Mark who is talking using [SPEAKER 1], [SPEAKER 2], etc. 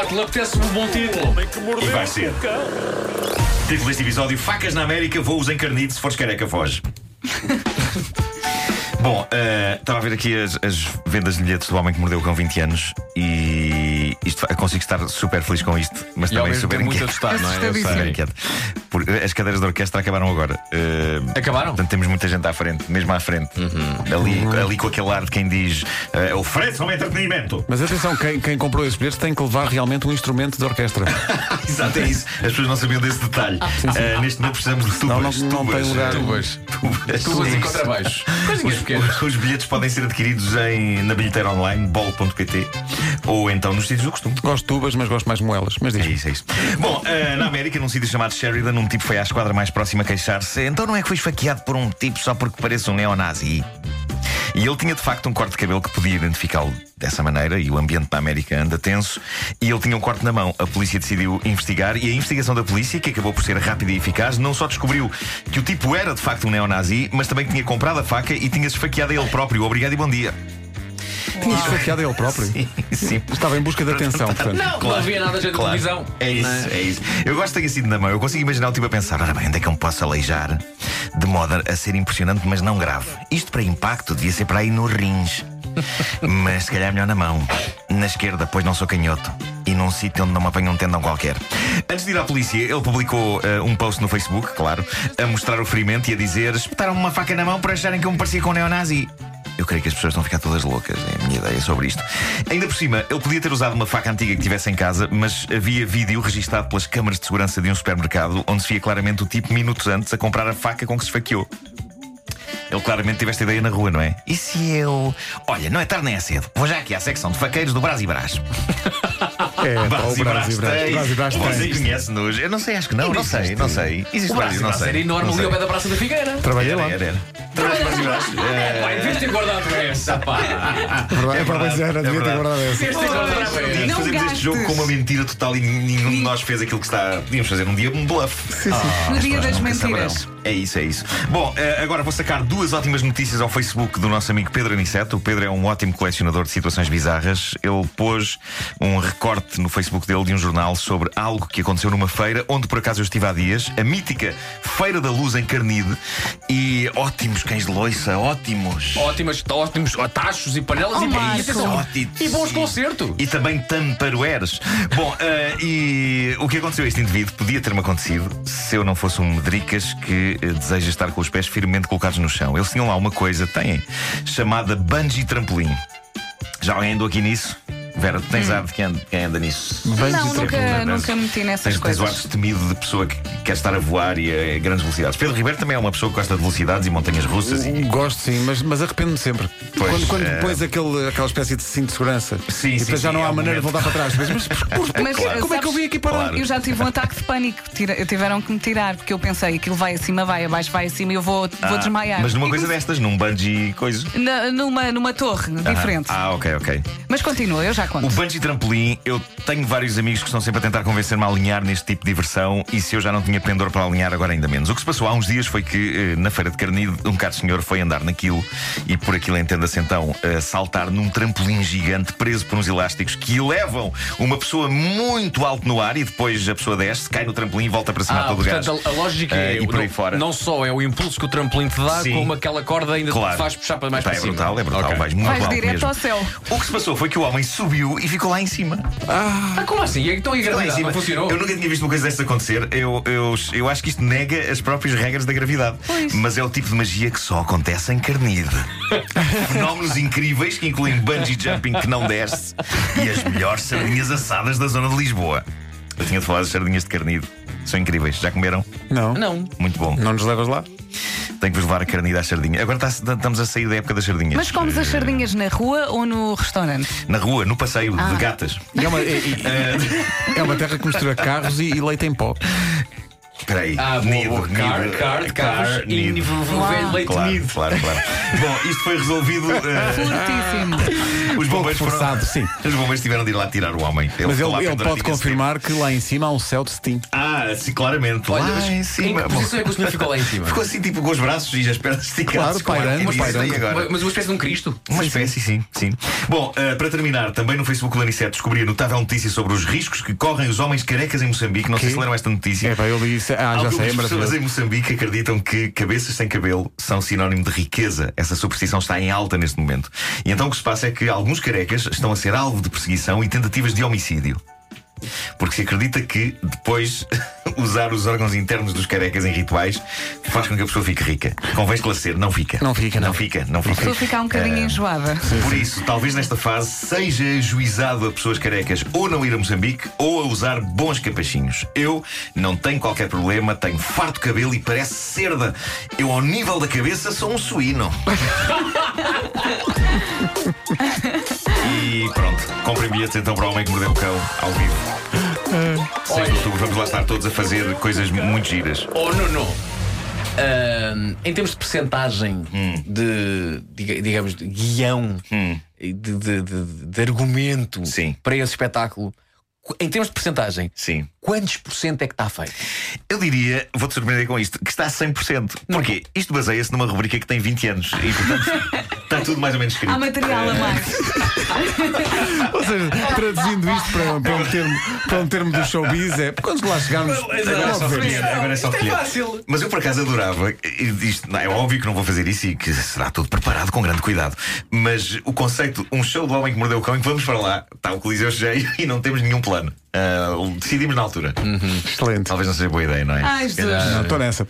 [SPEAKER 1] título, apetece-me um bom título.
[SPEAKER 2] E vai ser. Título deste episódio: Facas na América, voos em carnide, se fores careca, foge. Bom, eh, estava a ver aqui as, as vendas de bilhetes do Homem que Mordeu com 20 anos e isto, eu consigo estar super feliz com isto, mas
[SPEAKER 1] E ao
[SPEAKER 2] também
[SPEAKER 1] mesmo
[SPEAKER 2] super
[SPEAKER 1] tempo muito
[SPEAKER 2] inquieto.
[SPEAKER 1] assustado, não é? Eu
[SPEAKER 3] Assustadíssimo.
[SPEAKER 2] Super
[SPEAKER 1] sei.
[SPEAKER 2] inquieto. Porque as cadeiras de orquestra acabaram agora. Eh,
[SPEAKER 1] Acabaram? Uhum.
[SPEAKER 2] Portanto, temos muita gente à frente, mesmo à frente. Ali, ali com aquele ar de quem diz eh, ofereçam entretenimento.
[SPEAKER 4] Mas atenção, quem, quem comprou esses bilhetes tem que levar realmente um instrumento de orquestra.
[SPEAKER 2] Exato, é isso. As pessoas não sabiam desse detalhe. Eh, neste momento precisamos de
[SPEAKER 4] Não, não-
[SPEAKER 2] tubas.
[SPEAKER 4] não
[SPEAKER 2] tubas,
[SPEAKER 4] tem lugar.
[SPEAKER 1] Tubas.
[SPEAKER 2] Tubas.
[SPEAKER 1] Tubas e
[SPEAKER 2] Sim.
[SPEAKER 1] contrabaixos.
[SPEAKER 2] Os,
[SPEAKER 1] Coisinhas pequenas.
[SPEAKER 2] os- os bilhetes podem ser adquiridos em, na bilheteira online, bol.pt ou então nos sítios do costume.
[SPEAKER 4] Gosto de tubas, mas gosto mais de moelas. Mas
[SPEAKER 2] É
[SPEAKER 4] diz
[SPEAKER 2] isso, é isso. Bom, eh, na América, num sítio chamado Sheridan, um tipo foi à esquadra mais próxima queixar-se. Então não é que fui esfaqueado por um tipo só porque pareço um neonazi. E ele tinha de facto um corte de cabelo que podia identificá-lo dessa maneira, e o ambiente na América anda tenso, e ele tinha um corte na mão. A polícia decidiu investigar, e a investigação da polícia, que acabou por ser rápida e eficaz, não só descobriu que o tipo era de facto um neonazi, mas também que tinha comprado a faca e tinha se esfaqueado a ele próprio. Obrigado e bom dia.
[SPEAKER 4] Tinha esfaqueado ele próprio.
[SPEAKER 2] Sim, sim.
[SPEAKER 4] Estava em busca de atenção, portanto.
[SPEAKER 1] Não, não havia nada de televisão.
[SPEAKER 2] É isso,
[SPEAKER 1] Não
[SPEAKER 2] é isso. Eu gosto de ter sido na mão. Eu consigo imaginar o tipo a pensar: ora bem, onde é que eu me posso aleijar? De modo a ser impressionante, mas não grave. Isto para impacto devia ser para aí nos rins. Mas se calhar é melhor na mão. Na esquerda, pois não sou canhoto. E num sítio onde não me apanha um tendão qualquer. Antes de ir à polícia, ele publicou eh, um post no Facebook, claro, a mostrar o ferimento e a dizer: espetaram-me uma faca na mão para acharem que eu me parecia com um neonazi. Eu creio que as pessoas estão a ficar todas loucas, é a minha ideia sobre isto. Ainda por cima, ele podia ter usado uma faca antiga que tivesse em casa, mas havia vídeo registado pelas câmaras de segurança de um supermercado onde se via claramente o tipo minutos antes a comprar a faca com que se esfaqueou. Ele claramente teve esta ideia na rua, não é? E se eu. Olha, não é tarde nem é cedo. Vou já aqui à secção de faqueiros do Brás e Brás.
[SPEAKER 4] É, pá,
[SPEAKER 2] Brás e Brás tem.
[SPEAKER 4] Brás e Brás
[SPEAKER 2] Você
[SPEAKER 4] tem.
[SPEAKER 2] conhece-nos? Eu não sei, acho que não, não
[SPEAKER 1] Existe.
[SPEAKER 2] sei, não sei. Existe
[SPEAKER 1] O braço,
[SPEAKER 2] Brás,
[SPEAKER 1] o
[SPEAKER 2] não
[SPEAKER 1] braço
[SPEAKER 2] sei.
[SPEAKER 1] era enorme
[SPEAKER 2] Não
[SPEAKER 1] ali
[SPEAKER 2] sei.
[SPEAKER 1] ao pé da Praça da Figueira.
[SPEAKER 4] Trabalhei
[SPEAKER 2] Era,
[SPEAKER 4] lá.
[SPEAKER 2] era, era.
[SPEAKER 1] Pá, em vez de ter guardado essa, pá.
[SPEAKER 4] Verdade,
[SPEAKER 2] É
[SPEAKER 4] é para
[SPEAKER 2] verdade,
[SPEAKER 4] pensar,
[SPEAKER 2] é
[SPEAKER 4] devia ter
[SPEAKER 2] verdade.
[SPEAKER 4] guardado essa.
[SPEAKER 1] Em vez de ter guardado
[SPEAKER 2] Nós
[SPEAKER 1] essa.
[SPEAKER 2] fazemos este
[SPEAKER 3] gastes.
[SPEAKER 2] jogo com uma mentira total e nenhum de nós fez aquilo que está. Podíamos fazer um dia um bluff.
[SPEAKER 3] No dia
[SPEAKER 2] Mas
[SPEAKER 3] das
[SPEAKER 2] nunca
[SPEAKER 3] mentiras.
[SPEAKER 2] saberão. É isso, é isso. Bom, eh, agora vou sacar duas ótimas notícias ao Facebook do nosso amigo Pedro Aniceto. O Pedro é um ótimo colecionador de situações bizarras. Ele pôs um recorte no Facebook dele de um jornal sobre algo que aconteceu numa feira, onde por acaso eu estive há dias, a mítica Feira da Luz em Carnide. E ótimos cães de loiça, ótimos.
[SPEAKER 1] Ótimas, ótimos atachos e panelas e
[SPEAKER 3] Oh,
[SPEAKER 1] pá, e
[SPEAKER 3] Marco.
[SPEAKER 1] atenção.
[SPEAKER 2] Ótitos.
[SPEAKER 1] E bons concertos.
[SPEAKER 2] E também tamparueres. Bom, eh, e o que aconteceu a este indivíduo podia ter-me acontecido se eu não fosse um medricas que eh, deseja estar com os pés firmemente colocados no chão. Eles tinham lá uma coisa, têm, chamada bungee trampolim. Já alguém andou aqui nisso? Vera, tu tens ar de quem anda, quem anda nisso?
[SPEAKER 3] Hum. Não, nunca,
[SPEAKER 2] Trampolim,
[SPEAKER 3] nunca
[SPEAKER 2] não é?
[SPEAKER 3] meti
[SPEAKER 2] Tens,
[SPEAKER 3] nessas
[SPEAKER 2] tens o ar
[SPEAKER 3] coisas.
[SPEAKER 2] destemido de pessoa que quer estar a voar e a, a grandes velocidades. Pedro Ribeiro também é uma pessoa que gosta de velocidades e montanhas russas. E...
[SPEAKER 4] Um Gosto sim, mas, mas arrependo-me sempre.
[SPEAKER 2] Pois,
[SPEAKER 4] quando quando
[SPEAKER 2] é.
[SPEAKER 4] pões aquele, aquela espécie de cinto de segurança
[SPEAKER 2] Sim,
[SPEAKER 4] e
[SPEAKER 2] sim,
[SPEAKER 4] depois já
[SPEAKER 2] sim,
[SPEAKER 4] não
[SPEAKER 2] é
[SPEAKER 4] há
[SPEAKER 2] um
[SPEAKER 4] maneira de
[SPEAKER 2] momento.
[SPEAKER 4] voltar para trás. Mas, mas, mas
[SPEAKER 3] Mas,
[SPEAKER 2] Claro.
[SPEAKER 4] como é que eu
[SPEAKER 3] sabes,
[SPEAKER 4] vim aqui parar?
[SPEAKER 2] Claro.
[SPEAKER 3] Eu já tive um ataque de pânico, tira- eu tiveram que me tirar, porque eu pensei, aquilo vai acima, vai abaixo, vai acima, eu vou, vou
[SPEAKER 2] Ah,
[SPEAKER 3] desmaiar.
[SPEAKER 2] Mas numa
[SPEAKER 3] E
[SPEAKER 2] coisa destas, num bungee coisa.
[SPEAKER 3] comecei- na- numa, numa torre diferente.
[SPEAKER 2] Ah, ok, ok.
[SPEAKER 3] Mas continua, eu já conto.
[SPEAKER 2] O bungee trampolim, eu tenho vários amigos que estão sempre a tentar convencer-me a alinhar neste tipo de diversão e se eu já não tinha pendor para alinhar, agora ainda menos. O que se passou há uns dias foi que eh, na feira de Carnide um caro senhor foi andar naquilo e por aquilo entenda-se então eh, saltar num trampolim gigante preso por uns elásticos que elevam uma pessoa muito alto no ar e depois a pessoa desce, cai no trampolim e volta para cima
[SPEAKER 1] Ah,
[SPEAKER 2] todo o
[SPEAKER 1] portanto,
[SPEAKER 2] gás.
[SPEAKER 1] a, a lógica
[SPEAKER 2] Eh,
[SPEAKER 1] é
[SPEAKER 2] e por aí
[SPEAKER 1] não,
[SPEAKER 2] fora.
[SPEAKER 1] não só é o impulso que o trampolim te dá,
[SPEAKER 2] Sim.
[SPEAKER 1] como aquela corda ainda te
[SPEAKER 2] Claro.
[SPEAKER 1] faz puxar para mais
[SPEAKER 2] Pá,
[SPEAKER 1] para
[SPEAKER 2] é
[SPEAKER 1] cima.
[SPEAKER 2] brutal, é brutal.
[SPEAKER 1] Ok.
[SPEAKER 2] Vais muito
[SPEAKER 3] Vais
[SPEAKER 2] alto
[SPEAKER 3] direto
[SPEAKER 2] mesmo.
[SPEAKER 3] ao céu.
[SPEAKER 2] O que se passou foi que o homem subiu e ficou lá em cima.
[SPEAKER 1] Ah, como assim? Então a
[SPEAKER 2] Lá em
[SPEAKER 1] gravidade
[SPEAKER 2] cima.
[SPEAKER 1] não funcionou?
[SPEAKER 2] Eu nunca tinha visto uma coisa desta acontecer. Eu, eu, eu acho que isto nega as próprias regras da gravidade.
[SPEAKER 3] Pois.
[SPEAKER 2] Mas é o tipo de magia que só acontece em carnide. Fenómenos incríveis que incluem bungee jumping que não desce e as melhores sardinhas assadas da zona de Lisboa. Eu tinha de falar das sardinhas de carnide. São incríveis. Já comeram?
[SPEAKER 4] Não. não.
[SPEAKER 1] Não.
[SPEAKER 2] Muito bom.
[SPEAKER 4] nos levas lá?
[SPEAKER 2] Tenho que vos levar a carnide à sardinha. Agora tá- estamos a sair da época das sardinhas.
[SPEAKER 3] Mas comes as
[SPEAKER 2] Eh,
[SPEAKER 3] sardinhas na rua ou no restaurante?
[SPEAKER 2] Na rua, no passeio
[SPEAKER 3] Ah.
[SPEAKER 2] de gatas.
[SPEAKER 4] E É uma, é, é uma terra que mistura carros e, e leite em pó.
[SPEAKER 2] Espera aí.
[SPEAKER 1] Ah,
[SPEAKER 2] Nido,
[SPEAKER 1] boa, boa. Car,
[SPEAKER 2] nido,
[SPEAKER 1] car, car,
[SPEAKER 2] nido.
[SPEAKER 1] nível
[SPEAKER 3] Uau.
[SPEAKER 1] leite
[SPEAKER 2] Claro,
[SPEAKER 1] nido.
[SPEAKER 2] claro, claro. Bom, isto foi resolvido. eh,
[SPEAKER 3] Fortíssimo.
[SPEAKER 2] Os bombeiros
[SPEAKER 4] Pouco
[SPEAKER 2] foram.
[SPEAKER 4] forçado, sim.
[SPEAKER 2] Os bombeiros tiveram de ir lá tirar o homem.
[SPEAKER 4] Mas
[SPEAKER 2] ficou
[SPEAKER 4] ele,
[SPEAKER 2] lá
[SPEAKER 4] ele
[SPEAKER 2] pendurado,
[SPEAKER 4] pode
[SPEAKER 2] tinha-se
[SPEAKER 4] confirmar que lá em cima há um céu de steam.
[SPEAKER 2] Ah, Sim, claramente.
[SPEAKER 1] Olha,
[SPEAKER 2] lá
[SPEAKER 1] mas
[SPEAKER 2] em
[SPEAKER 1] em
[SPEAKER 2] cima.
[SPEAKER 1] que
[SPEAKER 2] Bom,
[SPEAKER 1] posição é que o senhor ficou lá em cima?
[SPEAKER 2] Ficou assim, tipo, com os braços e as pernas esticadas.
[SPEAKER 4] Claro,
[SPEAKER 2] com o ar
[SPEAKER 4] pairando,
[SPEAKER 2] quente,
[SPEAKER 4] mas
[SPEAKER 2] e daí
[SPEAKER 4] pairando.
[SPEAKER 2] agora?
[SPEAKER 1] Mas uma espécie de um Cristo?
[SPEAKER 2] Uma espécie, sim, sim. Bom, eh, para terminar, também no Facebook da Unicef descobri a notável notícia sobre os riscos que correm os homens carecas em Moçambique. Não sei
[SPEAKER 4] Quê?
[SPEAKER 2] se leram esta notícia.
[SPEAKER 4] É, pá, eu li isso. Ah, já
[SPEAKER 2] Algumas
[SPEAKER 4] sei, é
[SPEAKER 2] pessoas
[SPEAKER 4] maravilhoso.
[SPEAKER 2] em Moçambique acreditam que cabeças sem cabelo são sinónimo de riqueza. Essa superstição está em alta neste momento. E então o que se passa é que alguns carecas estão a ser alvo de perseguição e tentativas de homicídio. Porque se acredita que depois usar os órgãos internos dos carecas em rituais faz com que a pessoa fique rica. Convém esclarecer, não fica.
[SPEAKER 4] Não fica, não.
[SPEAKER 2] Não fica, não fica.
[SPEAKER 3] Estou a ficar um
[SPEAKER 2] Ah.
[SPEAKER 3] bocadinho enjoada.
[SPEAKER 2] Por isso, talvez nesta fase seja ajuizado a pessoas carecas ou não ir a Moçambique ou a usar bons capachinhos. Eu não tenho qualquer problema, tenho farto cabelo e parece cerda. Eu, ao nível da cabeça, sou um suíno. e pronto, comprem bilhetes então para o Homem que Mordeu o Cão ao vivo. 6 de outubro, vamos lá estar todos a fazer coisas muito giras.
[SPEAKER 1] Oh, não, não. Ahm, em termos de percentagem
[SPEAKER 2] Hum.
[SPEAKER 1] de, diga- digamos, de guião, e de, de- de- de argumento
[SPEAKER 2] Sim.
[SPEAKER 1] para esse espetáculo, qu- em termos de percentagem,
[SPEAKER 2] Sim.
[SPEAKER 1] quantos por cento é que está feito?
[SPEAKER 2] Eu diria, vou-te surpreender com isto, que está a 100%. Porquê? Isto baseia-se numa rubrica que tem 20 anos e, portanto, está tudo mais ou menos escrito.
[SPEAKER 3] Há material a mais.
[SPEAKER 4] Ou seja, traduzindo isto para, para um termo, para um termo do showbiz, é quando lá chegarmos.
[SPEAKER 2] Agora é só
[SPEAKER 4] logo
[SPEAKER 2] escolher.
[SPEAKER 4] vemos.
[SPEAKER 2] Agora é só
[SPEAKER 1] Isto é
[SPEAKER 2] escolher.
[SPEAKER 1] fácil.
[SPEAKER 2] Mas eu por acaso adorava. e Isto, não, é óbvio que não vou fazer isso e que será tudo preparado com grande cuidado. Mas o conceito, um show do homem que mordeu o cão e que vamos para lá, está o Coliseu cheio e não temos nenhum plano. Ah, decidimos na altura.
[SPEAKER 4] Excelente.
[SPEAKER 2] Talvez não seja boa ideia, não é?
[SPEAKER 3] Ai,
[SPEAKER 2] Se
[SPEAKER 3] Jesus.
[SPEAKER 2] calhar-
[SPEAKER 4] Não estou nessa.